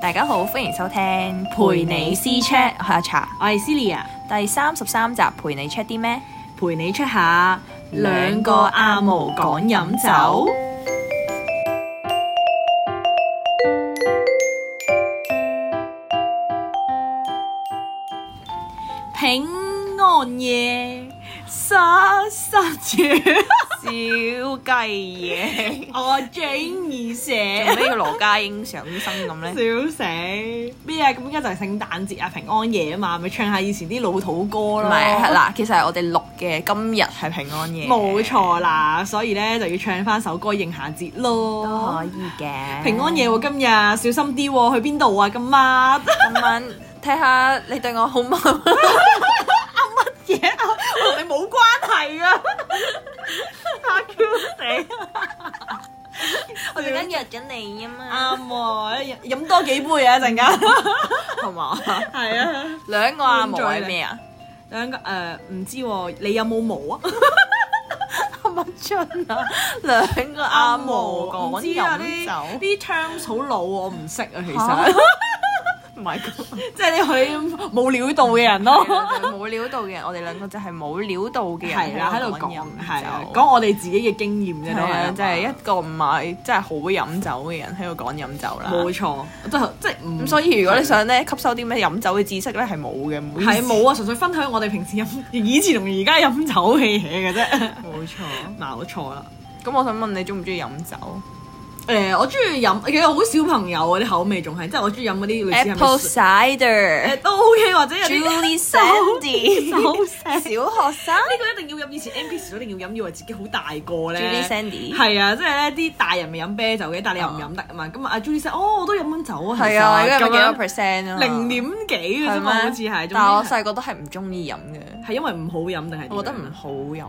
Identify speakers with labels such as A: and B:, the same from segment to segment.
A: 大家好，歡迎收聽陪你私 chat，我係阿茶，
B: 我係 Celia，
A: 第三十三集陪你 check 啲咩？
B: 陪你 check 下
A: 兩個阿毛講飲酒。
B: 平安夜，殺殺 住
A: 小雞嘢，
B: 我中意寫
A: 做咩要羅家英上身咁
B: 笑
A: 呢？
B: 死咩啊？咁而家就係聖誕節啊，平安夜啊嘛，咪唱下以前啲老土歌
A: 唔
B: 咯。
A: 係係嗱，其實係我哋錄嘅今日係平安夜，
B: 冇錯啦，所以咧就要唱翻首歌應下節
A: 都可
B: 咯。
A: 以嘅。
B: 平安夜喎，今日小心啲喎，去邊度啊？咁晚
A: 今晚睇下你對我好唔 好？
B: 嘢我同你冇關係啊！ 嚇 Q 死！
A: 我陣間約咗你啊嘛，
B: 啱喎，飲飲多幾杯啊！一陣間
A: 好嘛？
B: 係啊，
A: 兩個阿毛係咩啊？
B: 兩個誒唔、知喎，你有冇毛啊？
A: 乜春啊？兩個阿毛
B: 唔
A: 講
B: 知啊，
A: 飲
B: 啲
A: 酒。
B: 啲 terms 好老喎，我唔識啊，其
A: 嚇
B: 實
A: 唔係咁，
B: 即係你佢冇料到嘅人咯。
A: 冇料到嘅人，我哋兩個就係冇料到嘅人，
B: 係啦，喺度講
A: 飲
B: 係啊，
A: 酒，
B: 講我哋自己嘅經驗啫，都
A: 係啊，
B: 係
A: 就係一個唔係真係好飲酒嘅人喺度講飲酒啦。
B: 冇錯，即係即係唔
A: 咁所以如果你想咧吸收啲咩飲酒嘅知識咧，係冇嘅，唔好意思
B: 係冇啊，純粹分享我哋平時飲 以前同而家飲酒嘅嘢嘅啫，
A: 冇錯。
B: 冇錯啦。
A: 咁我想問你中唔中意飲酒
B: 誒、我中意飲，其實啊我好小朋友嗰啲口味仲係，即係我中意飲嗰啲類似係咪
A: ？Apple
B: 水
A: cider
B: 誒、都 OK，或者有啲
A: Julie Sandy
B: 手勢
A: 小學生
B: 呢個一定要飲，以前 M P 時一定要飲，以為自己好大個咧。
A: Julie Sandy
B: 係啊，即係咧啲大人咪飲啤酒嘅，但係你又唔飲得啊嘛。咁啊阿 Julie 生，哦，我都飲緊酒啊，
A: 係啊，而家有
B: 咁
A: 幾多
B: 樣
A: percent 啊？
B: 零點幾嘅啫嘛，好似係。
A: 但係我
B: 總之係
A: 細個都係唔中意飲嘅，
B: 係因為唔好飲定係點樣啊？
A: 我覺得唔好飲。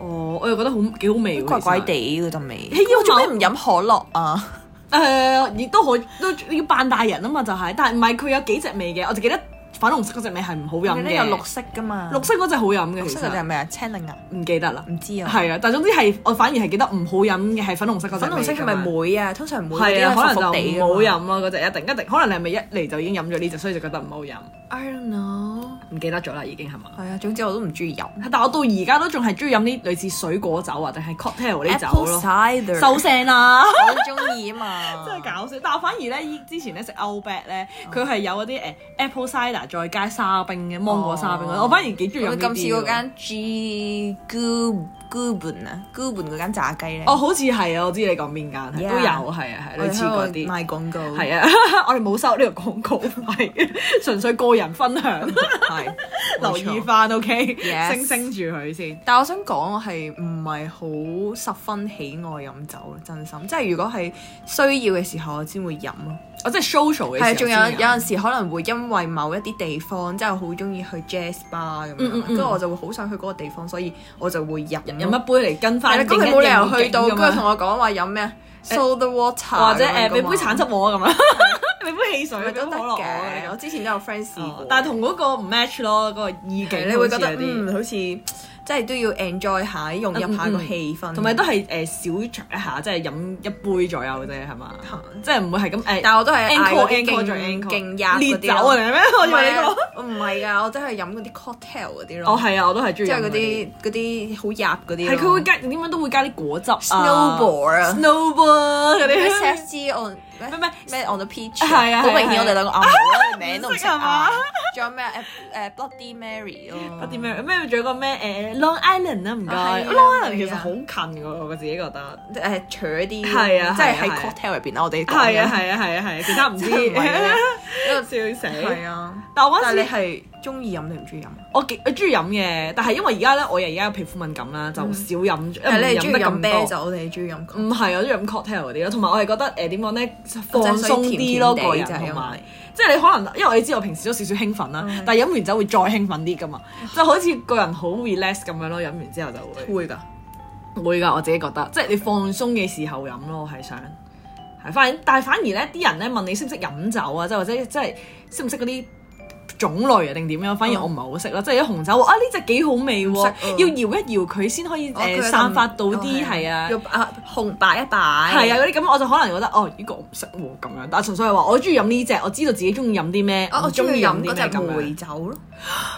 B: 哦，我又覺得好幾好味喎，
A: 怪怪
B: 其實。
A: 地嗰陣味。
B: 其實
A: 咁我做咩唔飲可樂啊？
B: 誒，亦都可都要扮大人啊嘛，就係。但係唔係佢有幾隻味嘅，我就記得粉紅色嗰隻味係唔好飲
A: 記得
B: 嘅。
A: 有綠色噶嘛？
B: 綠色嗰隻好飲嘅，
A: 綠
B: 其
A: 色嗰隻係
B: 實
A: 咩啊？青檸啊？
B: 唔記得啦。
A: 唔知啊。
B: 係啊，但係總之係我反而係記得唔好飲嘅係粉紅色嗰隻味㗎嘛。
A: 粉紅色係咪梅啊？通常梅嗰
B: 係
A: 啲
B: 啊，
A: 都
B: 可
A: 係
B: 能
A: 服
B: 就
A: 服地㗎嘛
B: 唔好。飲咯，嗰隻一定一定，可能你係咪一嚟就已經飲咗呢隻，所以就覺得唔好飲，
A: I don't know。à,
B: 唔記得咗啦已經係嘛？
A: 係啊，總之我都唔中意飲。
B: 但我到而家都仲係中意飲啲類似水果酒啊，定係 cocktail 呢啲
A: Apple
B: 酒咯，
A: cider。
B: 收聲啦！
A: 我都中意啊 嘛。
B: 真係搞笑，但我反而咧，依之前咧食 Outback 咧，佢係有嗰啲誒 apple cider 再加沙冰嘅芒果沙冰嗰啲
A: 哦
B: 我反而幾中意飲
A: 我
B: 呢
A: 咁
B: 啲
A: 似
B: 喎
A: 嗰間 G Gu Guban 啊，Guban 嗰間炸雞咧。
B: 哦，好似係啊，我知你講邊間
A: Yeah
B: 都有係啊，係
A: 我哋
B: 類似
A: 喺
B: 嗰
A: 度
B: 啲。
A: 賣廣告。
B: 係啊， 我哋冇收呢個廣告費， 純粹個人分享，
A: 係
B: 留
A: 冇
B: 意。
A: 錯
B: 翻 OK，
A: Yes
B: 星星住佢先。
A: 但我想講，我係唔係好十分喜愛飲酒咯？真心，即係如果係需要嘅時候，我先會飲咯。
B: 我哦即係 social 嘅
A: 係，
B: 時候先
A: 啊
B: 飲。
A: 仲有有陣時可能會因為某一啲地方，即係好中意去 jazz bar 咁樣，
B: 嗯嗯嗯
A: 跟住我就會好想去嗰個地方，所以我就會飲
B: 飲一杯嚟跟
A: 係
B: 翻
A: 啦，
B: 正
A: 咁
B: 一
A: 你冇理由去到，
B: 應
A: 跟
B: 景㗎
A: 住
B: 嘛
A: 同我講話飲咩 soda water，
B: 或者
A: 咁
B: 誒
A: 樣㗎嘛啊
B: 俾杯橙汁我咁啊， 俾杯汽水
A: 咪
B: 俾杯
A: 都
B: 可
A: 得
B: 樂我
A: 嘅。
B: 咁
A: 我之前都有 friend 試過
B: 樣，，但係同嗰個唔 match 咯，嗰個意境
A: 你會覺
B: 好似
A: 得
B: 有啲嗯
A: 嗯好似即係都要 enjoy 下，融入下個氣氛，
B: 同埋都係誒小酌一下，即係飲一杯左右啫，係嘛？
A: 嚇
B: 即係唔會係咁誒。
A: 但我都係嗌嗰
B: encore
A: 啲
B: encore 再
A: 勁
B: encore
A: 勁壓
B: 烈
A: 嗰
B: 酒
A: 啲
B: 啊，
A: 咯
B: 定係咩？我以為你講。
A: 唔係啊，我真係飲嗰啲 cocktail 嗰啲咯。
B: 哦，係啊，我都係中意
A: 即
B: 飲
A: 係嗰啲嗰啲好入嗰啲
B: 係
A: 咯。
B: 佢會加點樣都會加啲果汁啊
A: snowboard 啊
B: snowboard 嗰
A: 咩
B: 啲。
A: sexy on 咩
B: 咩咩
A: 咩 on the peach，
B: 係啊
A: 好
B: 係啊
A: 明顯我哋兩個暗號名都唔識
B: 唔識係嘛
A: 啊。仲有咩誒誒 Bloody Mary 咯
B: 不點咩咩？仲有個咩誒 Long Island 啊，唔該
A: 啊係啊
B: ，Long Island 其
A: 係
B: 實
A: 啊
B: 好近㗎喎，我自己覺得。
A: 誒扯啲，
B: 係啊
A: 即係
B: 係
A: 喺
B: 啊
A: cocktail 入邊啦，我哋講
B: 係啊
A: 緊
B: 係啊係啊係啊，其他唔知。
A: 真係唔係啊
B: 笑死！
A: 係啊。
B: 但我嗰
A: 但係
B: 陣
A: 你
B: 時
A: 係中意飲定唔中意飲？
B: 我幾我中意飲嘅，但係因為而家咧，我又而家有皮膚敏感啦，就少飲，唔
A: 但係你係
B: 飲
A: 中意
B: 得
A: 飲
B: 咁多
A: 啤。酒，我哋係中意飲 cocktail。
B: 唔係，我中意飲 cocktail 嗰啲咯，同埋我係覺得誒點
A: 哦
B: 講咧，放鬆啲咯個人
A: 就係
B: 同
A: 因
B: 埋
A: 為，哦
B: 即係你可能因為你知我平時都少少興奮啦，但係飲完酒會再興奮啲噶嘛，就好似個人好 relax 咁樣咯，飲完之後就會
A: 會㗎。
B: 會㗎，我自己覺得，即係你放鬆嘅時候飲咯，我係想係反，但係反而咧啲人咧問你識唔識飲酒啊，即係或者即係識唔識嗰啲種類啊定點樣，反而
A: 嗯
B: 我唔係好識啦。即係啲紅酒啊，呢只幾好味
A: 唔識
B: 喎
A: 啊，
B: 要搖一搖佢先可以
A: 哦佢有
B: 誒
A: 陣
B: 散發到
A: 哦
B: 啲係啊
A: 要。啊紅擺一擺，
B: 係啊，嗰啲咁我就可能覺得哦，呢個我唔識喎咁樣，但係純粹係話我中意飲呢只，我知道自己中意飲啲咩，
A: 啊，我
B: 唔鍾
A: 中意
B: 飲
A: 飲
B: 啲
A: 嗰
B: 咩
A: 隻
B: 咁
A: 梅
B: 樣。
A: 酒咯。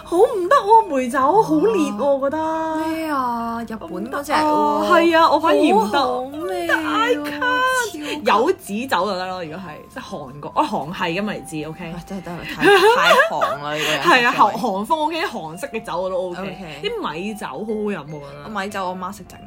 B: 好唔得喎，梅酒好烈喎，我覺得。
A: 咩啊？日本嗰只
B: 哦係啊我反而唔得
A: 好味喎超
B: 有子酒就得咯，如果係即係韓國，啊韓系嘅咪知，OK
A: 哇。哦真係得啦，太太寒啦呢個人。
B: 係
A: 真
B: 啊，
A: 係
B: 韓韓風 OK，韓式嘅酒我都 OK，
A: OK
B: 啲米酒好好飲我覺得。
A: 米酒我媽識整，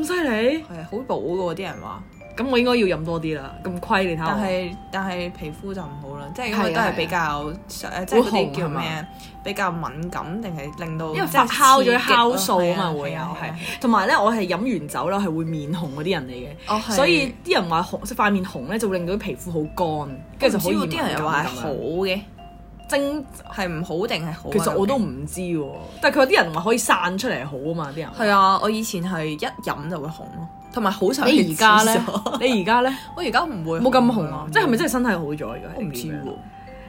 B: 咁犀利，
A: 係好補嘅喎啲人話，
B: 咁我應該要飲多啲啦。咁虧你睇
A: 但
B: 下
A: 係但係皮膚就唔好啦，即係因
B: 係啊
A: 為都
B: 係啊
A: 係比較誒，即係嗰
B: 會紅
A: 啲叫
B: 係嘛
A: 咩啊比較敏感定係令到
B: 我，因為
A: 即係
B: 發酵
A: 刺
B: 咗
A: 激
B: 酵
A: 咯
B: 素啊嘛
A: 係
B: 會有
A: 係
B: 係
A: 係，
B: 同埋咧我係飲完酒啦係會面紅嗰啲人嚟嘅。
A: 哦係
B: 所以啲人話紅即係塊面紅咧，就會令到啲皮膚好乾，跟住就好易
A: 我唔知喎啲人又話係好嘅，
B: 蒸。
A: 係唔好定係好啊？
B: 其實我都唔知喎，但係佢有啲人話可以散出嚟好啊嘛，啲人話。
A: 係啊！我以前係一飲就會紅咯，同埋好想
B: 你而
A: 去
B: 家 咧
A: 廁所，
B: 你而家咧
A: 我而家唔會
B: 冇咁紅啊！即係係咪
A: 真？
B: 真係身體好咗？而家
A: 我唔啊知
B: 定點樣
A: 喎。
B: 啊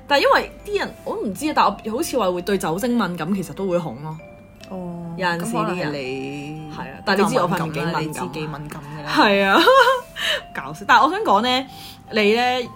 B: 但係因為啲人我唔知啊，但係我好似話會對酒精敏感，其實都會紅咯。
A: 哦，
B: 有陣時
A: 咁可能
B: 啲人
A: 係你
B: 係啊但係你知我塊面
A: 比較敏感啦
B: 幾敏
A: 你
B: 感啊
A: 知幾敏感嘅啦。
B: 係啊， 搞笑！但係我想講咧，你咧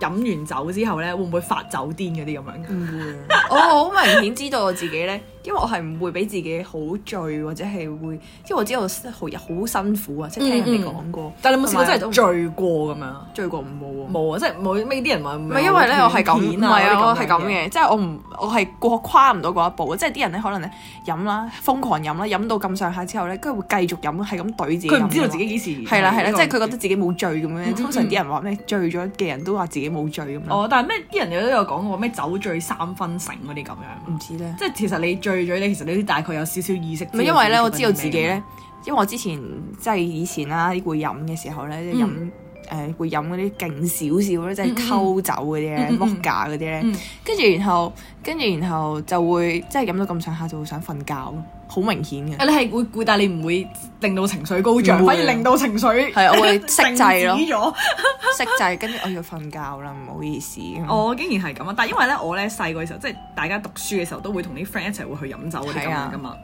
B: 飲完酒之後咧，會唔會發酒癲嗰啲咁樣？
A: 唔會，我好明顯知道我自己咧，因為我係唔會俾自己好醉，或者係會，因為我知道好好辛苦啊，即係聽
B: 嗯
A: 人哋講過，
B: 但係你有冇試
A: 同
B: 過
A: 埋
B: 真係醉過咁樣？啊
A: 醉過唔冇喎。
B: 冇啊，即係冇咩啲人話唔
A: 唔係因為咧，我係咁，唔係啊，我係咁
B: 嘅。
A: 嘅，即係我唔，我係過跨唔到嗰一步即係啲人咧，可能咧飲啦，瘋狂飲啦，飲到咁上下之後咧，跟住會繼續飲，係咁懟自己飲㗎
B: 佢
A: 嘛。
B: 唔知道自己幾時啊
A: 係啦係啦，
B: 呢
A: 即
B: 個
A: 係佢覺得自己冇醉咁樣。通常
B: 嗯
A: 啲人話咩醉咗嘅人都話自己冇醉咁樣。
B: 哦，但係咩啲人有都有講過咩酒醉三分醒嗰啲咁樣。
A: 唔知咧，
B: 即係其實你醉咗，你其實你都大概有少少意識。
A: 嗯唔係因為咧，我知道自己咧，因為我之前即係以前啦，會飲嘅時候咧，即係飲
B: 嗯
A: 誒會飲嗰啲勁少少咧，即係溝酒嗰啲咧
B: 嗯嗯嗯
A: v o 嗰啲咧
B: 嗯，
A: 跟住然後跟住然後就會即係飲到咁上下就會想瞓覺咯，好明顯嘅。
B: 啊，你係會攰，但係你唔會令到情緒高漲，
A: 唔會啊
B: 反而令到情緒
A: 係我 會熄掣咯
B: 靜止咗。
A: 識就係跟住我要瞓覺啦，唔好意思。
B: 我竟然係咁啊！但係因為咧，我咧細個嘅時候，即係大家讀書嘅時候，都會同啲 friend 一齊會去飲酒嗰啲咁
A: 係啊
B: 樣噶嘛。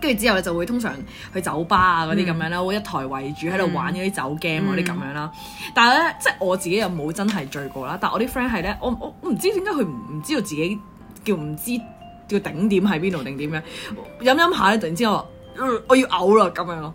B: 跟住之後咧，就會通常去酒吧啊嗰啲咁樣
A: 嗯
B: 啦，會一台圍住喺度玩嗰啲酒 game 嗰啲咁樣啦。但係咧，即係我自己又冇真係醉過啦。但係我啲 friend 係咧，我我我唔知點解佢唔唔知道自己叫唔知叫頂點喺邊度定點樣，飲飲下咧，突然之間我話呃我要嘔啦咁 樣咯。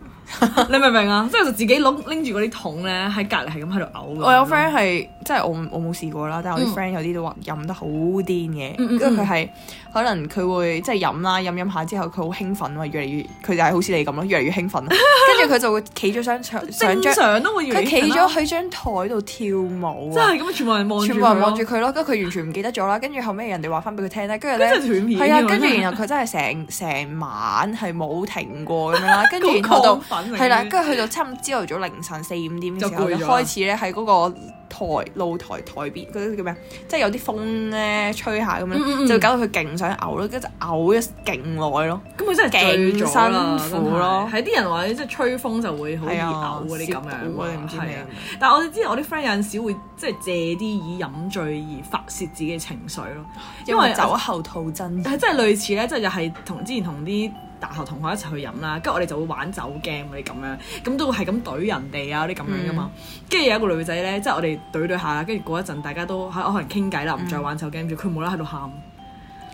B: 你明唔明啊？即係就自己攞拎住嗰啲桶咧，喺隔離係咁喺度嘔。
A: 我有 friend 係即係我唔我冇試過啦，但係我啲 friend 有啲都話飲得好癲
B: 嗯嗯
A: 嘅，跟住佢係可能佢會即係飲啦，飲飲下之後佢好興奮嘛，越嚟越佢就係好似你咁咯，越嚟越興奮啦，跟住佢就會企咗張牆上
B: 正
A: 張，
B: 常都會越嚟
A: 佢
B: 越
A: 企
B: 近
A: 咗
B: 啦
A: 喺張台度跳舞
B: 真
A: 啊，
B: 係咁，全部人望住，
A: 全部人望住，佢咯，跟住佢完全唔記得咗啦，跟住後尾人哋話翻俾佢聽咧，跟住咧
B: 真。係斷片喎。
A: 係啊，跟住
B: 真係
A: 然後佢真係成成晚係冇停過咁樣啦，跟住然後到
B: 好亢奮
A: 係啦，
B: 永遠
A: 跟住去到差唔多朝頭早凌晨四五點嘅時
B: 就
A: 候，
B: 攰
A: 就
B: 咗啦
A: 開始咧喺嗰個台露台台邊嗰啲叫咩啊，即係有啲風咧吹下咁
B: 嗯嗯嗯
A: 樣，就搞到佢勁想嘔咯，跟住就嘔咗勁耐咯。
B: 咁佢真係醉咗啦
A: 勁辛苦咯
B: 真係係啲人話即係吹風就會好易
A: 係啊，
B: 嘔嗰啲咁
A: 笑
B: 樣
A: 到啊，
B: 喎，
A: 你唔知
B: 係
A: 咩
B: 啊？但係我哋知道我啲 friend 有陣時會即係借啲耳飲醉而發泄自己嘅情緒咯，因
A: 因
B: 為
A: 為酒後吐真言。
B: 係真係類似呃咧，即係又係同之前同啲大學同學一齊去飲啦，跟住我哋就會玩酒 game 嗰啲咁樣，咁都會係咁懟人哋啊嗰啲咁樣噶嘛。
A: 嗯
B: 跟住有一個女仔咧，即係我哋懟懟下，跟住過一陣大家都喺可能傾偈
A: 嗯
B: 啦，唔再玩酒 game 住，佢冇啦喺度喊。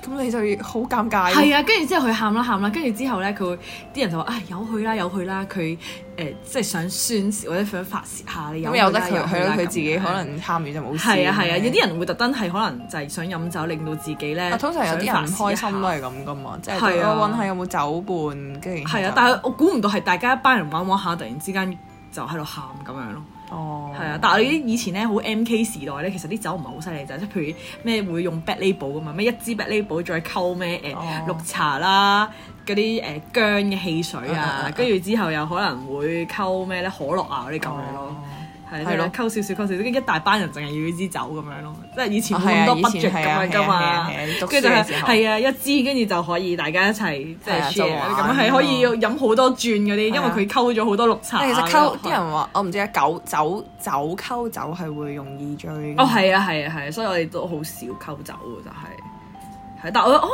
A: 咁你就要好尷尬。
B: 係啊，跟住之後佢喊啦喊啦，跟住之後咧，佢會啲人就話啊有佢啦有佢啦，佢誒、即係想宣泄或者想發泄下你
A: 咁由得
B: 啦
A: 佢，係
B: 啦
A: 咯，佢
B: 咁
A: 自己
B: 樣
A: 可能喊完就冇事。
B: 係啊係啊，有啲人會特登係可能就係想飲酒，令到自己咧
A: 啊，通常有啲人唔開心都
B: 啦。
A: 係咁噶嘛，即係
B: 係啊
A: 揾下有冇酒伴，跟住
B: 係啊
A: 就，
B: 但係我估唔到係大家一班人玩玩下，突然之間就喺度喊咁樣咯。
A: 哦，
B: 係啊，但係我哋以前咧好 M K 時代咧，其實啲酒唔係好犀利咋，即係譬如咩會用 black label 噶嘛，咩一支 black label 再溝咩誒
A: 哦
B: 綠茶啦，嗰啲誒薑嘅汽水
A: 啊啊
B: 啊
A: 啊，
B: 跟住之後又可能會溝咩咧可樂啊嗰啲咁樣咯
A: 哦。
B: 係
A: 係
B: 咯，
A: 咯
B: 溝少少溝少少，跟住一大班人淨係要呢支酒咁樣咯，即係以前
A: 啊
B: 冇
A: 係啊
B: 咁多
A: 以前
B: budget 咁
A: 係啊
B: 樣噶
A: 係
B: 嘛
A: 啊係啊係啊，讀
B: 跟住就
A: 書
B: 係
A: 嘅時候
B: 係啊一支，跟住就可以大家一齊即係
A: 係啊
B: share
A: 就玩
B: 咁係可以
A: 咯
B: 飲好多轉嗰啲，因為
A: 係啊
B: 佢溝咗好多綠茶啊。
A: 但其實溝啲
B: 可能
A: 人話，我唔知啊，酒酒酒溝酒係會容易醉。
B: 哦，係啊，係啊，係啊，所以我哋都好少溝酒嘅，就係、係，但我哦，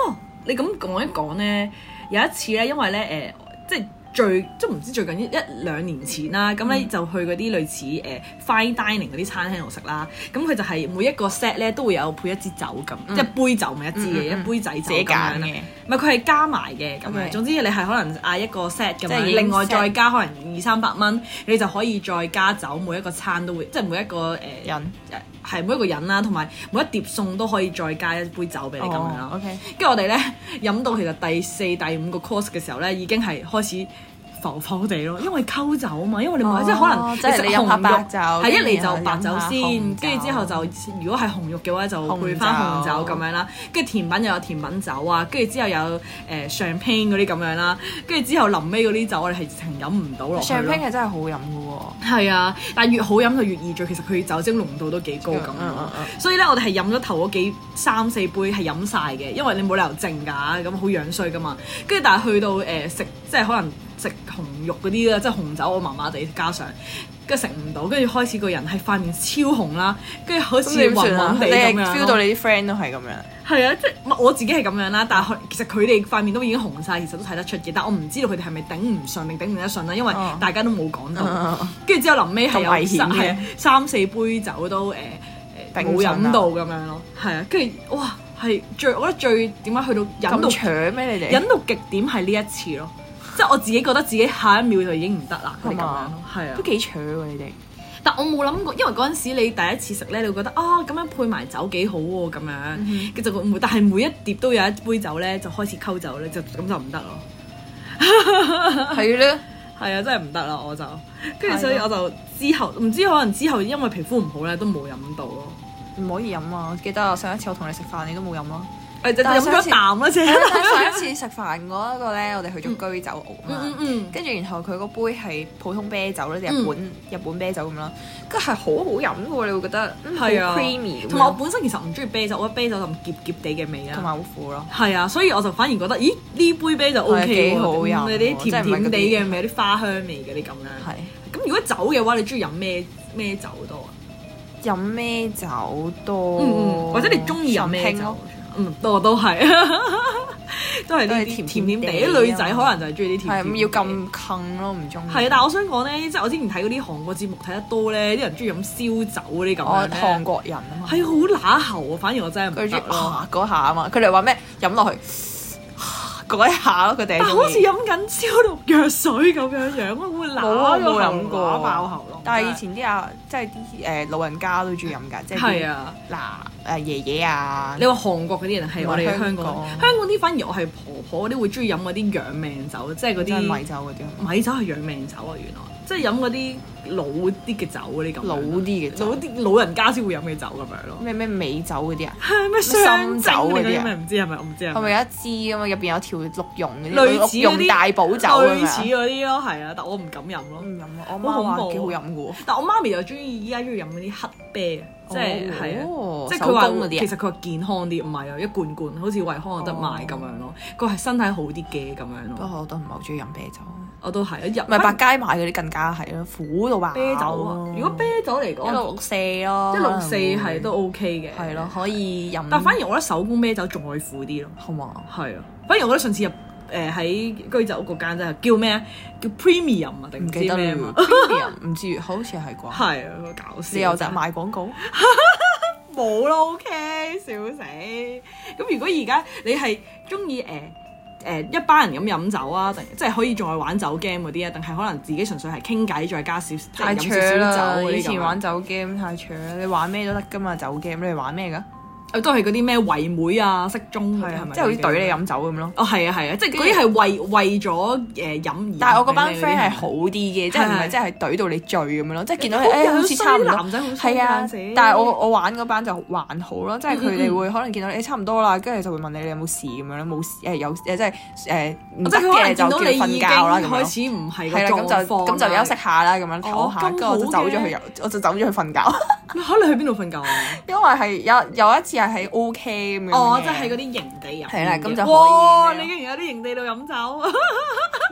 B: 你咁講一講咧，有一次咧，因為咧誒、即係最即係唔知最近一一兩年前啦，咁
A: 嗯
B: 咧、就去嗰啲類似誒、fine dining 嗰啲餐廳度食啦，咁佢就係每一個 set 咧都會有配一支酒咁，即係杯酒咪一支嘅，
A: 嗯嗯嗯
B: 一杯仔酒
A: 自
B: 咁
A: 己揀
B: 樣啦
A: 嘅。
B: 唔係佢係加埋嘅咁
A: OK
B: 樣，總之你係可能嗌一個 set 咁
A: 即
B: 樣，
A: 係已經
B: 另外
A: set
B: 再加可能二三百蚊，你就可以再加酒，每一個餐都會，即係每一個誒
A: 人
B: 係每一個人啦，同埋每一碟餸都可以再加一杯酒俾你咁樣
A: 哦
B: 咯。
A: ，OK，
B: 跟住我哋咧飲到其實第四、第五個 course 嘅時候咧，已經係開始浮浮地咯，因為溝酒啊嘛，因為你買、
A: 哦
B: 即係可能
A: 即係你
B: 食
A: 飲下
B: 紅
A: 白酒
B: 肉係一嚟就白
A: 跟住
B: 酒
A: 又飲下
B: 先，
A: 紅
B: 跟住之後就如果係紅肉嘅話就配翻紅
A: 紅酒
B: 酒咁樣啦，跟住甜品又有甜品酒啊，跟住之後有誒、呃、上 p 嗰啲咁樣啦，跟住之後臨尾嗰啲酒我哋係直情飲唔到落去
A: 上
B: 咯
A: p。係真係好飲嘅
B: 係啊，但係越好飲就越易醉，其實佢酒精濃度都幾高咁樣
A: 嗯嗯
B: 咯。
A: 嗯
B: 所以咧，我哋係飲咗頭嗰幾三四杯係飲晒嘅，因為你冇理由靜㗎，咁好樣衰㗎嘛。跟住但係去到誒、呃食，即係可能食紅肉嗰啲啦，即係紅酒我麻麻地加上。跟住食唔到，跟住開始個人係塊面超紅啦，跟住好
A: 喎。
B: 似暈暈
A: 啊你
B: 地咁
A: 係
B: 樣
A: feel
B: 咯
A: 到你啲 friend 都係咁樣，
B: 係啊，即係我自己係咁樣啦，但係佢其實佢哋塊面都已經紅晒，其實都睇得出嘅。但我唔知道佢哋係咪頂唔順定頂唔得順啦，因為
A: 哦
B: 大家都冇講到
A: 嗯。
B: 跟住之後臨尾係
A: 咁危
B: 有
A: 險
B: 三
A: 嘅
B: 係啊三四杯酒都誒誒
A: 頂
B: 冇
A: 唔順啊
B: 飲到咁樣咯，係啊，跟住哇係最我覺得最點解去到飲到
A: 咁搶咩你哋？
B: 飲到極點係呢一次咯，即係我自己覺得自己下一秒就已經唔得啦，係
A: 係
B: 咁樣咯
A: 嘛，
B: 係啊
A: 都。幾搶喎你哋。
B: 但我冇諗過，因為嗰陣時你第一次食咧，你會覺得啊咁樣配埋酒幾好喎、咁樣，跟住、就會但係每一碟都有一杯酒咧，就開始溝酒咧，就咁就唔得咯。
A: 係咧，
B: 係啊，真係唔得啦，我就跟住
A: 係咯
B: 所以我就之後唔知可能之後因為皮膚唔好咧，都冇飲到咯。
A: 唔可以飲啊！我記得啊，上一次我同你食飯，你都冇飲咯。
B: 誒就就
A: 但係上
B: 飲咗
A: 次
B: 一啖啦啫。
A: 但係上一次食飯嗰一個咧，我哋去咗居酒屋啊
B: 嗯
A: 嘛。
B: 嗯
A: 跟住然後佢個杯係普通啤酒咧，日本日本啤酒咁啦，跟住係好好飲嘅喎，你會覺得嗯
B: 嗯，
A: 好
B: 係啊
A: creamy，咁樣
B: 同埋我本身其實唔中意啤酒，我覺得啤酒就澀澀地嘅味
A: 同
B: 啦。
A: 埋好苦咯。
B: 係啊，所以我就反而覺得，咦呢杯啤就 O
A: 係啊
B: K
A: 幾好
B: 喎，嗯
A: 飲
B: 有啲
A: 喎
B: 甜
A: 即係唔係
B: 甜
A: 嗰啲
B: 地嘅味，有啲花香味嗰啲咁樣。
A: 係
B: 咁如果酒嘅話，你中意飲咩咩酒多啊？
A: 飲咩酒多？
B: 嗯，或者你中意飲咩
A: 上拼
B: 酒
A: 哦咯？？
B: 嗯，我都係， 都係呢
A: 都係甜
B: 啲甜
A: 甜
B: 甜
A: 地
B: 地。
A: 啊
B: 女仔可能就係中意啲
A: 係
B: 甜
A: 咁
B: 甜。
A: 要。咁坑咯，唔中意。
B: 係啊，但係我想講咧，即係我之前睇嗰啲韓國節目睇得多咧，啲人中意飲燒酒嗰啲咁
A: 我
B: 樣咧
A: 韓國人啊嘛，
B: 係好乸喉啊！反而我真係
A: 佢
B: 唔
A: 中
B: 得
A: 意
B: 咯。
A: 啊嗰下啊嘛，佢哋話咩飲落去 嗰一下咯，佢哋係
B: 但好
A: 鍾
B: 似
A: 意
B: 飲緊消毒藥水咁樣樣，我會乸
A: 冇啊
B: 個喉
A: 冇飲過
B: 乸爆喉咯。
A: 但係以前啲啊，即係啲誒老人家都中意飲㗎，即係
B: 係
A: 啲
B: 啊。
A: 嗱誒爺爺啊
B: 你，話韓國嗰啲人係我哋香
A: 香
B: 港，
A: 港
B: 香港啲反而我係婆婆嗰啲會中意飲嗰啲養命酒，即係嗰
A: 即係
B: 啲
A: 米酒嗰啲啊嘛
B: 米酒係養命酒啊，原來即係飲嗰啲老啲嘅酒嗰啲咁樣，
A: 老啲嘅酒
B: 老啲老人家先會飲嘅酒咁樣咯。
A: 咩咩美酒嗰啲啊，
B: 係咩
A: 深
B: 雙酒
A: 酒嗰啲啊
B: 嗰啲咩？唔知係咪？我唔知係
A: 係咪
B: 咪。
A: 有一支啊嘛？入邊有條鹿茸嗰啲，
B: 類似
A: 鹿
B: 嗰啲
A: 茸大補酒啊咁
B: 類似
A: 樣。
B: 嗰啲咯，係啊，但我唔敢飲咯
A: 唔。飲啊！我
B: 好
A: 媽
B: 恐
A: 話
B: 怖啊
A: 幾好飲嘅喎，
B: 但我媽咪就中意依家中意飲嗰啲黑啤，啊即係
A: 哦
B: 係啊，
A: 哦
B: 即係佢話
A: 手工嗰啲啊哦
B: 其實佢話健康啲，唔係啊，一罐罐好似惠康有得賣咁樣咯。佢係身體好啲嘅咁樣
A: 不
B: 咯，
A: 過我都唔係好中意飲啤酒，
B: 我都係入
A: 哦唔係百佳買嗰啲更加係咯，苦到爆
B: 啤酒啊！如果啤酒嚟
A: 一六
B: 講，
A: 六四咯，
B: 一六四係
A: 可能會
B: 都 OK 嘅，
A: 係咯，。可以飲。
B: 但反而我覺得手工啤酒仲愛苦啲咯，
A: 好嘛，
B: 係啊。反而我覺得上次入誒喺居酒屋嗰間真係叫咩啊？叫 Premium 啊定
A: 唔
B: 唔知
A: 記得
B: 咩啊
A: 啦
B: 嘛？，
A: 唔知好似係啩？
B: 係啊，搞笑。
A: 你有就賣廣告，
B: 冇咯，OK，笑死！咁如果而家你係中意誒誒一班人咁飲酒啊，定即係可以仲係玩酒 game 嗰啲啊，定係可能自己純粹係傾偈再加少即係
A: 太
B: 飲
A: 扯
B: 少
A: 啦
B: 少！酒嗰
A: 以
B: 啲咁
A: 前
B: 啊
A: 玩酒 game 太扯啦，你玩咩都得噶嘛，酒 game 你哋玩咩噶？
B: 啊都係嗰啲咩唯妹啊、骰盅嗰啲係咪？
A: 即係好似懟你。飲酒咁咯。
B: 哦，係啊，係啊，即係嗰啲係為為咗誒飲而。
A: 但係我嗰班
B: 係
A: friend 係好啲嘅，即係唔係
B: 係
A: 即係懟到你醉咁樣咯，即係見到你
B: 哎
A: 誒
B: 好
A: 好
B: 樣
A: 似
B: 衰
A: 差唔多。
B: 男仔好衰
A: 係啊
B: 㗎死，
A: 但係我我玩嗰班就還好咯，即係佢
B: 嗯嗯
A: 哋會可能見到你誒哎差唔多啦，跟住就會問你你有冇事咁樣咯，冇事誒有誒呃即係誒唔
B: 哦即
A: 得
B: 係佢可
A: 嘅就
B: 能
A: 叫
B: 見到你
A: 你瞓
B: 已
A: 覺
B: 經
A: 啦咁樣
B: 開。始唔係個
A: 係啦，咁
B: 狀
A: 就
B: 況啊
A: 咁就休息。下啦，咁樣
B: 哦
A: 唞下，
B: 咁
A: 跟住我就走
B: 好嘅
A: 咗去遊，我就走咗去瞓覺。
B: 嚇！你去邊度瞓覺啊？
A: 因為係有有一次係喺 O K 咁樣嘅。
B: 哦，即係喺嗰啲營地飲。
A: 係啦咁就可以
B: 哇！你竟然有啲營地度飲酒，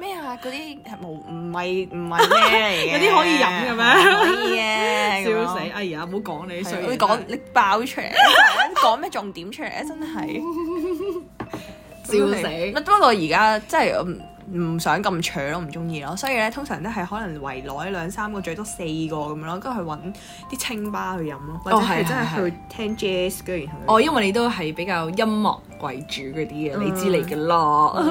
A: 咩啊？嗰啲係冇唔係唔係咩嚟嘅？
B: 有啲可以飲嘅咩
A: 可以嘅，咁 樣
B: 笑死！哎呀，唔好講你衰啊
A: 係啊
B: 嘢。
A: 啊你講你爆出嚟，講咩重點出嚟啊？真係
B: 笑
A: 咁你
B: 死。
A: 不過而家真係嗯唔唔想咁長咯，唔中意咯，所以咧通常都係可能圍內兩三個，最多四個咁樣咯，跟住去揾啲清吧去飲咯，或者
B: 哦係
A: 係真係
B: 係
A: 去聽 jazz 跟住然後
B: 哦，因為你都係比較音樂為主嗰啲嘅，
A: 嗯
B: 你知你嘅啦。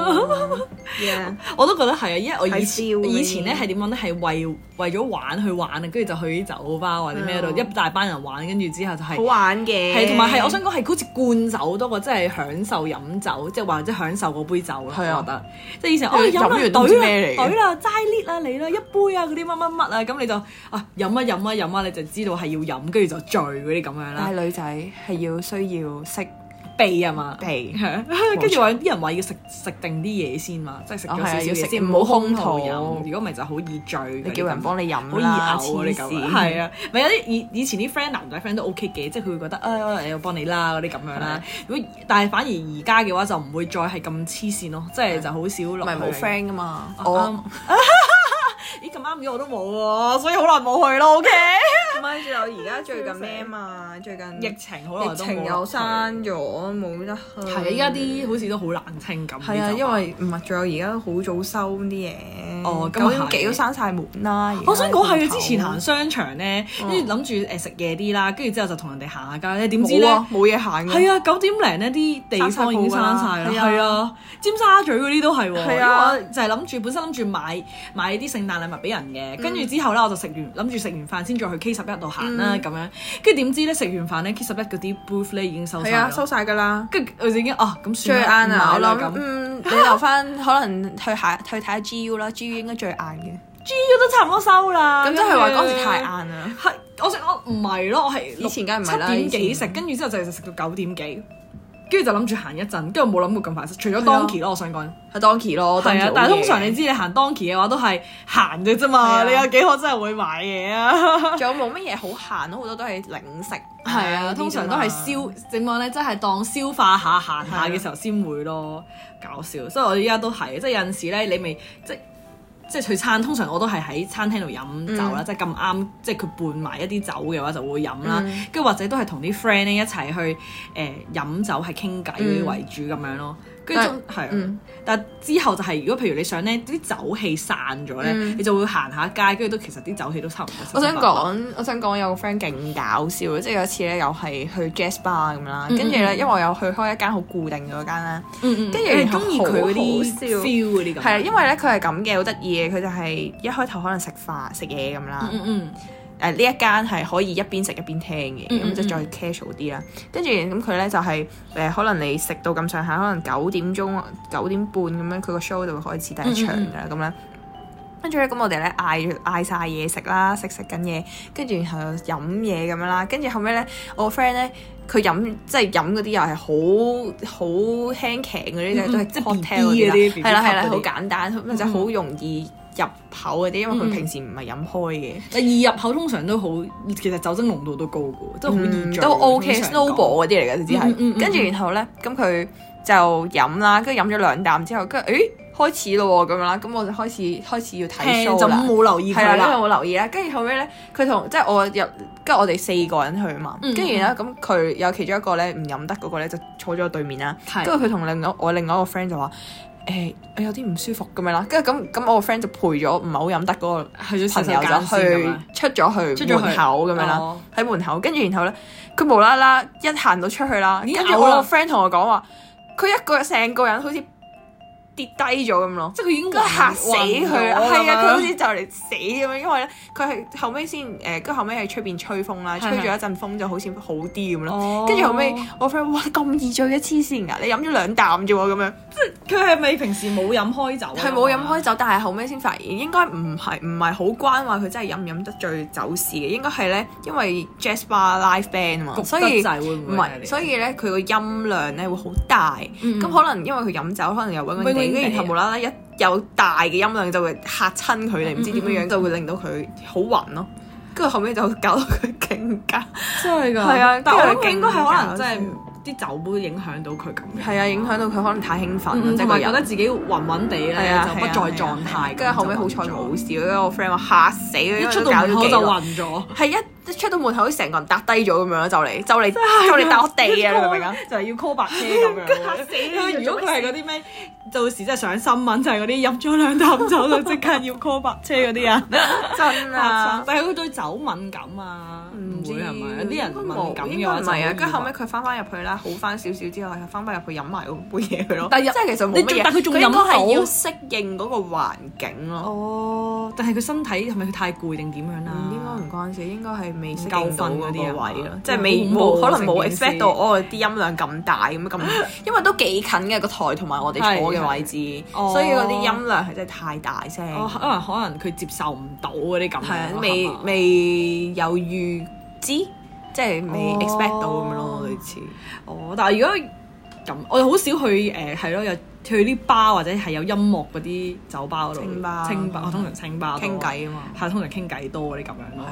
A: Yeah
B: 我都覺得係啊，因為我以前
A: 睇 feel 嘅
B: 以前咧係點講咧，係為為咗玩去玩啊，跟住就去啲酒吧或者咩度，
A: 嗯
B: 一大班人玩，跟住之後就係、
A: 好玩嘅，
B: 係，同埋係，我想講係好似灌酒多過真係享受飲酒，即係或者享受嗰杯酒咯。
A: 係啊
B: 我覺得，即係以前哦
A: 因為
B: 飲
A: 飲
B: 完
A: 完都唔知咩嚟嘅
B: 懟啦，齋 lit 啦，你啦，一杯啊，嗰啲乜乜乜啊，咁你就啊飲啊飲啊飲啊，啊你就知道係要飲，跟住就醉嗰啲咁樣啦，
A: 但係女仔係要需要識
B: 避啊嘛。
A: 避。
B: 係啊 跟住話啲人話要食食定啲嘢先嘛，即係食咗
A: 哦係
B: 少
A: 啊
B: 少
A: 要
B: 嘢
A: 食
B: 先，
A: 唔好空
B: 肚
A: 肚
B: 飲。如果唔係就好易醉嘅。
A: 你叫人幫你飲
B: 好易
A: 啦，
B: 嘔啊！你咁樣係啊，咪有啲以以前啲 friend 男仔 friend 都 OK 嘅，即係佢會覺得啊誒我幫你啦嗰啲咁樣啦。如果但係反而而家嘅話就唔會再係咁黐線咯，即啊係就好少
A: 唔
B: 落
A: 係
B: 去
A: 冇 friend 噶嘛，
B: 啊
A: 我
B: 啱 咦咁啱嘅我都冇喎，所以好耐冇去咯。OK，
A: 唔係，仲有而家最近咩啊嘛？最近
B: 疫情好耐
A: 嗯疫
B: 都冇
A: 情又閂咗，冇得去。
B: 係啊，而家啲好似都好冷清咁。
A: 係啊，
B: 啲酒吧
A: 因為唔係，仲有而家都好早收啲嘢。
B: 哦咁
A: 九
B: 啊
A: 點幾都閂晒門啦。而家
B: 我想講
A: 鋪
B: 係啊，
A: 頭
B: 之前行商場咧，
A: 嗯
B: 跟住諗住呃誒食夜啲啦，跟住之後就同人哋行下街咧，點知
A: 冇
B: 咧
A: 啊，冇嘢行嘅。
B: 係啊九點零呢啲地方已經閂晒啦，
A: 閂晒鋪㗎啦
B: 係啊尖沙咀嗰啲都係喎，
A: 係啊
B: 因為我就係諗住本身諗住買買啲聖誕禮物俾人
A: 嗯
B: 嘅，跟住之後咧我就食完諗住食完飯先再去 K 十一度行
A: 嗯
B: 啦咁樣，跟住點知咧食完飯咧 K 十一嗰啲 booth 咧已經收晒
A: 係啊，
B: 啦，
A: 收晒㗎啦。
B: 跟住我就已經啊咁
A: 最
B: 算
A: 晏
B: 啦，
A: 啊！
B: 唔買
A: 我
B: 啦
A: 諗
B: 咁。
A: 嗯，你留翻 可能去下去睇下 GU 啦，GU 應該最晏嘅。
B: G U 都差唔多收啦，
A: 咁即係話嗰時太
B: 跟住
A: 晏啦。
B: 係，我食我唔係咯，我係
A: 以前梗係唔係啦
B: 七點幾
A: 以
B: 食，
A: 前
B: 跟住之後就食到九點幾，跟住就諗住行一陣，跟住冇諗過咁快食，除
A: 係
B: 咗
A: 啊
B: Donkey 咯，我想講。
A: 係 Donkey 咯，
B: 係
A: Donkey
B: 啊
A: 好，
B: 但係通
A: 嘢
B: 常你知你行 Donkey 嘅話都係行嘅啫嘛，
A: 係啊
B: 你有幾可真係會買嘢啊？
A: 仲有冇乜嘢好行咯？好多都係零食。
B: 係啊，通常都係消點講咧，真係當消化下行
A: 啊
B: 下嘅時候先會咯，搞笑。所以我依家都係，即係有陣時咧，你咪即即係去餐，通常我都係喺餐廳度飲酒啦，
A: 嗯
B: 即係咁啱，即係佢伴埋一啲酒嘅話就會飲啦，
A: 嗯
B: 跟住、或者都係同啲 friend 咧一齊去誒、飲酒係傾偈
A: 嗯
B: 為主咁樣咯。跟住中係啊
A: 嗯
B: 但之後就係、如果譬如你想咧啲酒氣散咗咧，你就會行下街，跟住都其實啲酒氣都差唔多。
A: 嗯我想講，我想講有個 friend 勁搞笑，即係有一次咧，又係去 jazz bar 咁啦，跟住咧，因為我有去開一間好固定嗰間啦，
B: 嗯，嗯嗯
A: 跟住
B: 你
A: 然後
B: 中意佢嗰
A: 好
B: 啲
A: 好笑
B: feel 嗰啲咁。
A: 係啊，因為咧佢係咁嘅，好得意嘅，佢就係一開頭可能食飯食嘢咁啦，
B: 嗯嗯
A: 誒呃呢一間係可以一邊食一邊聽嘅，
B: 嗯嗯
A: 咁就再 casual 啲啦。跟住咁佢咧就係誒可能你食到咁上下，可能九點鐘九點半咁樣，佢個 show 就會開始第一場
B: 嗯
A: 㗎啦咁啦。跟住咧，咁我哋咧嗌嗌晒嘢食啦，食食緊嘢，跟住然後飲嘢咁樣啦，跟住後尾咧，我 friend 咧佢飲即係飲嗰啲又係好好輕頸嗰啲，
B: 嗯
A: 都係
B: 即係
A: cocktail 嗰
B: BB
A: 啲啦係啦
B: 嗰啲 BB
A: 係啦，
B: 級嗰啲
A: 好簡單，咁就好容易入口嗰啲，因為
B: 嗯嗯
A: 佢平時唔係飲開嘅。
B: 嗯，但易入口通常都好，其實酒精濃度都高嘅，即係好易醉
A: 嗯都 OK，snowball 嗰啲
B: snowball
A: 嚟嘅，只
B: 嗯嗯嗯
A: 係。跟住然後咧，咁佢就飲啦，跟住飲咗兩啖之後，跟住誒開始咯喎咁樣啦，咁我就開始開始要睇
B: 聽
A: show
B: 就
A: 啦。
B: 冇留意
A: 係
B: 佢
A: 啦，
B: 啦。
A: 因為冇留意啦。跟住後尾咧，佢同即係我入，跟住我哋四個人去嘛。
B: 嗯
A: 跟住然後咁佢有其中一個咧唔飲得嗰個咧就坐咗我對面啦。
B: 係
A: 跟住佢同另外我另外一個 friend 就話：誒、我有啲唔舒服咁樣啦。跟住咁咁我個 friend 就陪咗唔係好飲得嗰個
B: 係咗洗
A: 朋
B: 手
A: 友
B: 間
A: 就
B: 先咁
A: 去
B: 樣
A: 出咗去
B: 出咗去
A: 門口咁樣啦。
B: 哦
A: 喺門口，跟住然後咧，佢無啦啦一行到出去啦，
B: 已經
A: 跟住
B: 嘔
A: 我
B: 啦
A: 個 friend 同我講話，佢一個成個人好似跌低咗咁咯，
B: 即係佢已經
A: 跟住嚇死佢啦，係
B: 係
A: 啊，佢好似就嚟死咁樣，因為咧佢係後尾先誒，跟住後尾喺出邊吹風啦，
B: 係
A: 吹
B: 係
A: 咗一陣風就好似好啲咁咯。
B: 哦
A: 跟住後尾，我 friend 哇咁易醉嘅黐線㗎，你飲咗兩啖啫喎咁樣，
B: 佢係咪平時冇飲開酒啊？
A: 係冇飲開酒，但係後尾先發現應該唔係唔係好關話佢真係飲唔飲得醉酒事嘅，應該係咧因為 jazz bar live band 啊嘛，所以
B: 焗哦得滯會唔
A: 唔
B: 會係
A: 係，
B: 你？
A: 所以咧佢個音量咧會好大，咁、
B: 嗯
A: 可能因為佢飲酒，可能又揾揾
B: 暈暈
A: 地，
B: 地
A: 跟住然後無啦啦一有大嘅音量就會嚇親佢哋，唔知點樣樣就會令到佢好暈咯。跟住後尾就搞到佢更加
B: 真係㗎，
A: 係啊
B: 但
A: 跟
B: 我
A: 住
B: 諗
A: 佢
B: 應該係可能
A: 勁搞笑
B: 真係啲酒杯影響到佢咁樣，
A: 係啊，影響到佢可能太興奮啦，
B: 嗯，
A: 啊即係
B: 同
A: 個
B: 埋覺得
A: 人。
B: 自己暈暈地
A: 係
B: 咧
A: 啊，
B: 就不
A: 係啊
B: 在
A: 係啊
B: 狀態咁就暈咗，
A: 跟住後尾好彩冇事，因為我 friend 話嚇死佢，因為
B: 一
A: 佢
B: 出到
A: 搞
B: 門口
A: 咗
B: 就
A: 幾耐。
B: 暈咗。
A: 係一即係出到門口成個人搭低咗咁樣咯，就嚟就嚟就嚟搭地啊！你明唔明 啊？？
B: 就係要 call 白車咁 樣。
A: 死你
B: 如果佢係嗰啲咩，到時真係上新聞就係嗰啲飲咗兩啖酒就即刻要 call 白車嗰啲 人。
A: 真啊！
B: 但係佢對酒敏感啊，唔會係咪？有啲人敏感
A: 應
B: 嘅
A: 該
B: 話
A: 唔
B: 就
A: 係啊，跟住後
B: 好
A: 尾
B: 易
A: 佢翻翻入去啦，好翻少少之後，又翻翻入去飲埋嗰杯嘢佢咯。
B: 但
A: 係
B: 係
A: 即係其實冇
B: 你
A: 乜
B: 仲
A: 嘢，
B: 但佢仲飲
A: 應該係
B: 到
A: 要適應嗰個環境咯。
B: 哦，但係佢身體係咪佢太攰定點樣啊？
A: 嗯唔應該唔關事，應該係未適
B: 夠
A: 應到
B: 瞓
A: 嗰
B: 嗰
A: 啲
B: 啲啊
A: 位咯
B: 嘛，
A: 即係未
B: 好恐怖
A: 冇
B: 啊
A: 可能冇
B: 成件事
A: expect 到哦啲音量咁大咁咁， 因為都幾近嘅個台同埋我哋坐嘅位置，
B: 係
A: 所以嗰啲音量係真係太大聲，
B: 哦，可能可能佢接受唔到嗰啲咁樣
A: 係啊
B: 咯，
A: 未
B: 係嘛
A: 未有預知，即係未
B: 哦
A: expect 到咁樣咯，類似
B: 哦，但係如果咁，我哋好少去誒係咯，有去啲吧或者係有音樂嗰啲酒吧嗰度，
A: 清吧
B: 清吧，我哦通常清吧多
A: 傾，偈啊嘛。
B: 係通常傾偈多嗰啲咁樣咯。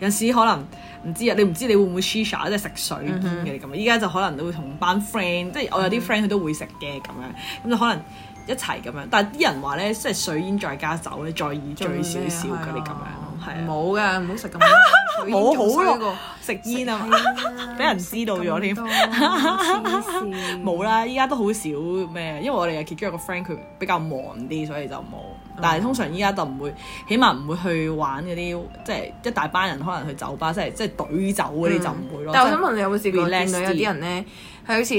B: 有陣時可能唔知啊，你唔知你會唔會 shisha 即係食水煙嘅咁樣。依家就可能都會同班 friend，即係我有啲 friend 佢都會食嘅咁樣，咁就可能一齊咁樣。但係啲人話咧，即係水煙再加酒咧，再以
A: 最
B: 醉少少嗰啲咁樣咯，係啊，
A: 冇嘅，唔好食咁多， 水仲
B: 冇
A: 衰
B: 好
A: 過
B: 咯，食煙啊嘛。
A: 係啊
B: 俾人知道咗添
A: 咁多啊黐線
B: 冇啦，依家都好少咩，因為我哋又其中一個 friend 佢比較忙啲，所以就冇。
A: 哦
B: 但係通常依家就唔會，起碼唔會去玩嗰啲，即係一大班人可能去酒吧，即係即係隊酒嗰啲就唔會
A: 嗯
B: 咯。
A: 但我
B: 即係
A: 想問你有冇試過
B: relax
A: 見到有啲人咧，係好似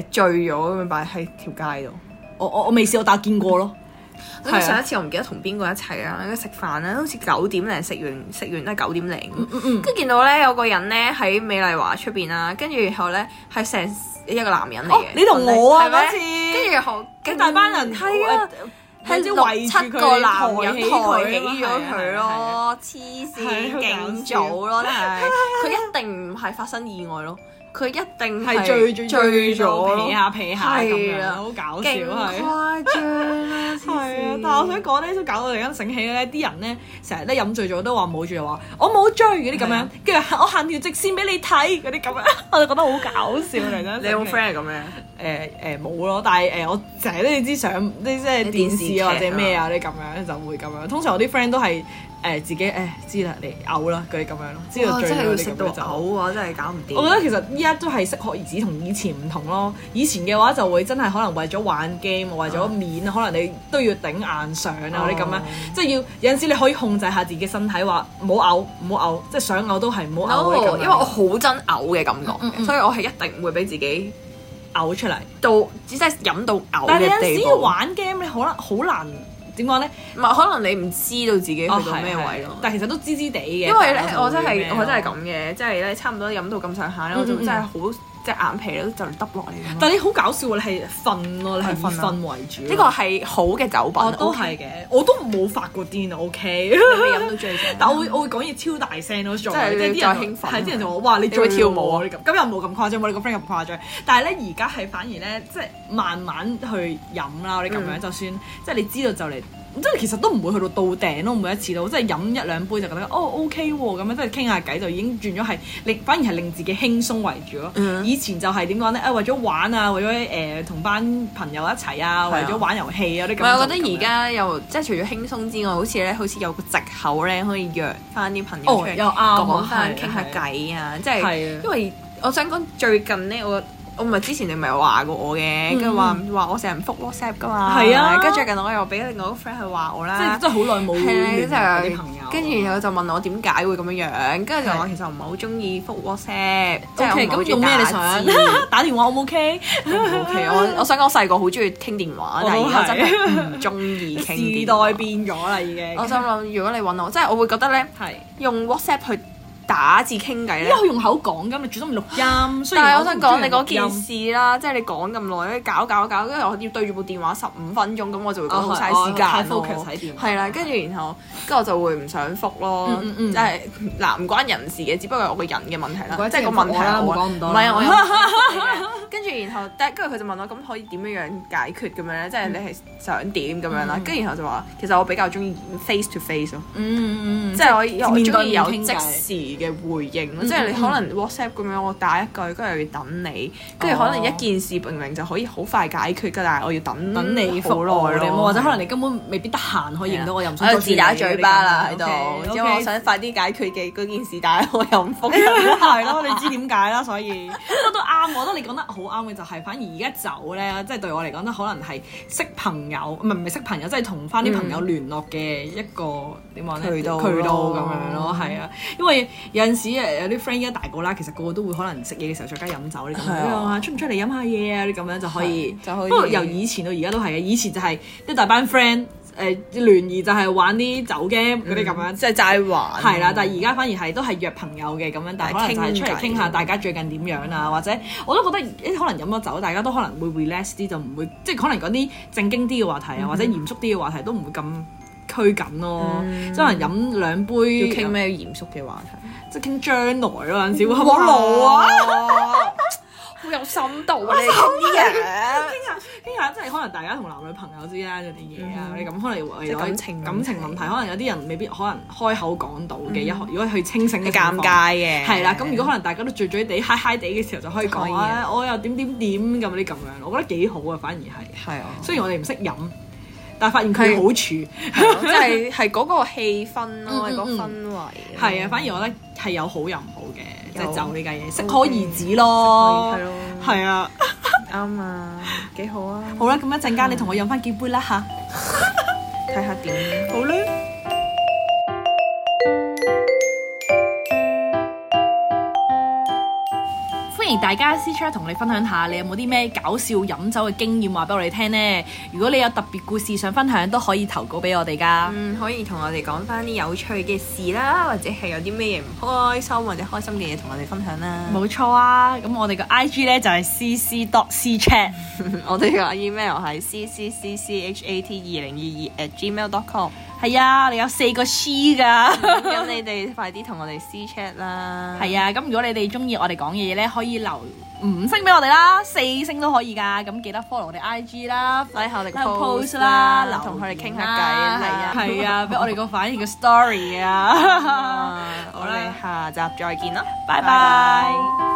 A: 誒醉咗咁樣擺喺條街度。
B: 我我我未試過，但係見過咯。係啊
A: 咁上一次我唔記得同邊個一齊啦，跟住食飯啊咧，好似九點零食完，食完都係九點零。
B: 嗯
A: 跟住見到咧有個人咧喺美麗華出邊啦，跟住然後咧係成一個男人嚟
B: 哦
A: 嘅。
B: 你同我啊
A: 係咪
B: 嗰次
A: 跟住然後
B: 一大班人
A: 係啊。，
B: 係
A: 係
B: 即
A: 六
B: 圍
A: 七
B: 住佢
A: 個男人
B: 抬
A: 抬
B: 起
A: 起咗
B: 佢啊嘛
A: 佢。
B: 係啊係啊
A: 咯，黐線勁早咯，真係佢一定唔係發生意外咯，佢一定
B: 係醉醉
A: 醉咗咯
B: 皮，下皮下咁
A: 係
B: 樣，
A: 啊
B: 好搞笑
A: 勁
B: 係。
A: 誇張啦，黐
B: 係啊
A: 線！
B: 但係我想講咧，都搞到我哋而家醒起咧，啲人咧成日咧飲醉咗都話冇醉，話我冇醉嗰啲咁
A: 係
B: 樣
A: 啊，
B: 跟住我行條直線俾你睇嗰啲咁樣， 我就覺得好搞笑嚟真。
A: 你有冇
B: 醒起
A: friend 係咁樣？
B: 誒誒冇咯，但係誒、我成日都要知上啲即係電視啊或者咩啊啲咁樣就會咁樣。通常我啲 friend 都係誒、自己誒、知啦，你嘔啦嗰啲咁樣咯，知道
A: 哇！
B: 醉
A: 真係
B: 咗
A: 要
B: 你
A: 食
B: 咁
A: 到
B: 樣就。
A: 嘔啊！真係搞唔掂。
B: 我覺得其實依家都係適可而止，同以前唔同咯。以前嘅話就會真係可能為咗玩 game，為咗面，可能你都要頂硬上啊嗰啲咁樣
A: 啊哦，
B: 即係要有陣時你可以控制下自己身體，話唔好嘔，唔好嘔，即係想嘔都係唔好
A: No，
B: 嘔嗰啲咁樣
A: 因為我好憎嘔嘅感覺嘅，所以我係一定唔會俾自己
B: 嘔出嚟。
A: 到只係飲到嘔
B: 但係你有
A: 嘅
B: 陣時
A: 地
B: 要
A: 步。
B: 玩 game，你可能好難點講咧？
A: 唔係可能你唔知道自己去
B: 哦
A: 到咩位咯。
B: 但係其實都知知地嘅。
A: 因為咧，我真係
B: 但就會咩咯嗯
A: 我真係。咁嘅，即係咧差唔多飲到咁上下咧，我就真係好即係眼皮咧就嚟耷落嚟咁咯。
B: 但係你好搞笑喎！你係瞓咯，你係
A: 係瞓
B: 以
A: 啊
B: 瞓為主。
A: 呢個係好嘅酒品，
B: 我哦都係嘅，我都冇發過癲啊，OK。
A: 啊你未飲到醉啫。
B: 但我會我會講嘢超大聲咯，仲
A: 即係
B: 即係
A: 你
B: 啲
A: 再
B: 人
A: 興奮啊
B: 係啲人就話：哇，你再
A: 你會
B: 跳
A: 跳
B: 舞
A: 舞
B: 啊！
A: 啊
B: 你咁咁又冇咁誇張，冇你個 friend 咁誇張。但係咧，而家係反而咧，即係慢慢去飲啦，你咁樣
A: 嗯
B: 就算即係你知道就嚟。即係其實都唔會去到到頂咯，每一次都即係飲一兩杯就覺得哦 OK 喎咁樣，即係傾下偈就已經轉咗係令反而係令自己輕鬆為主咯。
A: 嗯
B: 以前就係點講咧？啊為咗玩啊，為咗誒同班朋友一齊啊，為咗玩遊戲啊啲
A: 唔
B: 咁。
A: 係，我覺
B: 就會
A: 得
B: 咁
A: 而
B: 樣
A: 家又即係除咗輕鬆之外，好似咧，好似有個藉口咧，可以約翻啲朋友
B: 哦
A: 出嚟
B: 又啱啊
A: 講翻
B: 係
A: 傾下偈啊！即係
B: 係啊
A: 因為我想講最近咧，我我唔係之前你咪話過我嘅，跟住話話我成日唔復 WhatsApp 噶嘛，
B: 嗯係啊
A: 跟住最近我又俾另外一個 friend 去話我
B: 即係
A: 啦。
B: 真係好耐冇
A: 係
B: 聯
A: 啦，
B: 絡
A: 跟
B: 啲
A: 住
B: 朋友。啊
A: 跟住然後就問我點解會咁樣樣，跟住就話其實我唔係好中意覆 WhatsApp，即係
B: O K，
A: 我唔係好中
B: 咁
A: 意
B: 用咩你想
A: 打字
B: 打電話 O 唔 O K？
A: 唔 OK，我 我想講我細個好中意傾電話，但係而家真係唔中意傾
B: 時
A: 電
B: 代
A: 話。
B: 變咗啦，已經
A: 我心諗，如果你揾我，即係我會啊覺得咧，
B: 係，
A: 用 WhatsApp 去打字傾偈
B: 因
A: 咧
B: 為。佢用口講㗎嘛，最多咪錄 音。雖
A: 但
B: 然
A: 係我想
B: 唔中
A: 講
B: 意
A: 你嗰件
B: 錄音
A: 事啦，即係你講咁耐，搞搞搞，跟住我要對住部電話十五分鐘，咁我就會覺得
B: 哦
A: 好
B: 係
A: 嘥時間
B: 哦太
A: 咯
B: focus 喺電話
A: 係啦，跟住然後，跟住我就會唔想覆咯
B: 嗯嗯，嗯
A: 即係嗱唔關人事嘅，只不過係我個人嘅問題
B: 唔怪
A: 啦，
B: 之
A: 即係個問題係
B: 唔
A: 我
B: 講咁多
A: 唔
B: 啦
A: 係啊，我有跟住然後，但跟住佢就問我咁可以點樣樣解決咁樣咧？即係你係想點咁樣
B: 嗯
A: 啦？跟住然後就話其實我比較中意 face to face 咯。
B: 嗯嗯嗯
A: 即係我我
B: 面對面
A: 中意有
B: 傾偈
A: 即嘅回應咯，
B: 嗯
A: 即係
B: 嗯
A: 你可能 WhatsApp 咁樣，我打一句，跟住又要等你，
B: 哦
A: 跟住可能一件事明明就可以好快解決㗎，但係我要等
B: 等你
A: 好
B: 覆
A: 耐
B: 耐
A: 咯，
B: 或者可能你根本未必得閒可以認到我，又唔想
A: 喺度
B: 阻住
A: 自
B: 你
A: 打嘴巴啦喺
B: 嗰啲咁樣
A: 度，因
B: OK，
A: 為我想快啲解決嘅嗰件事，但係我又唔覆。
B: 係咯，你知點解啦？所以不過都啱，我覺得你講得好啱嘅就係，反而而家走咧，即係對我嚟講咧，可能係識朋友，唔係唔係識朋友，即係同翻啲朋友聯絡嘅一個點講咧
A: 渠道咯
B: 嗯渠道咁樣咯，係啊，因為有陣時呃誒有啲 friend 而家大個啦，其實個個都會可能食嘢嘅時候再加飲酒你咁
A: 係
B: 樣
A: 啊
B: 啊，出唔出嚟飲下嘢啊？你咁樣就可以，
A: 係就可以
B: 不過由以前到而家都係嘅，啊以前就係一大班 friend 誒聯誼就係玩啲酒 game 嗰啲咁樣。
A: 即係齋玩。
B: 係啦，但係而家反而係都係約朋友嘅咁樣，但係可能就係出嚟傾
A: 嗯傾
B: 下
A: 偈
B: 大家最近點樣啊，或者我都覺得誒可能飲咗酒，大家都可能會 relax 啲，就唔會即係可能講啲正經啲嘅話
A: 嗯
B: 題啊，或者嚴肅啲嘅話題都唔會咁拘謹咯。
A: 嗯
B: 即係可能飲兩杯，
A: 要傾咩嚴肅嘅話題？
B: 即係傾將來咯，有陣時會
A: 好老
B: 啊！
A: 啊！好有深度啊！你啲 嘢。
B: 傾下傾下，即係可能大家同男女朋友之間嗰啲嘢啊，你咁可能會
A: 嗯即係
B: 有
A: 感情
B: 感情問題，可能有啲人未必可能開口講到嘅，一如果佢清醒嘅
A: 你尷
B: 情況
A: 尬嘅，
B: 係啦，咁如果可能大家都醉醉地、嗨嗨地嘅時候，就可以
A: 可以
B: 講啊，我又點點點咁嗰啲咁樣，我覺得幾好啊，反而係。
A: 係啊，
B: 雖然我哋唔識飲，但係發現佢嘅好處
A: 即係係嗰個氣氛咯，
B: 嗯
A: 係
B: 嗯
A: 個
B: 嗯
A: 氛圍。
B: 係啊，反而我覺得係有好有唔好嘅，即係
A: 嗯有
B: 酒呢家嘢，適
A: OK
B: 可而止咯。
A: 適可而止係咯
B: 係啊，
A: 啱啊，幾好啊！
B: 好啦，咁一陣間你同我飲翻幾杯啦吓。
A: 睇下點。
B: 好啦。歡迎大家私 chat 同你分享下，你有冇啲咩搞笑飲酒嘅經驗話俾我哋聽呢？如果你有特別故事想分享，都可以投稿俾我哋噶。
A: 嗯，可以同我哋講翻啲有趣嘅事啦，或者係有啲咩嘢唔開心或者開心嘅嘢同我哋分享啦。
B: 冇錯啊！咁我哋個 I G 呢就係 C C dot C chat。
A: 我哋嘅 email 係 c c c c h a t E 二零二二 at gmail dot com，
B: 係啊，你有四個 C 噶。
A: 咁你哋快啲同我哋私 chat 啦。
B: 係啊，咁如果你哋中意我哋講嘅嘢呢，可以留五星俾我哋啦，四星都可以噶。咁記得 follow 我哋 I G 啦
A: 拉下我哋
B: post 啦，留
A: 同佢哋傾
B: 言
A: 下偈
B: 啦
A: 啦，
B: 係啊，俾我哋個反應 嘅 story 啊。
A: 啊，我哋下集再見啦，
B: 拜拜。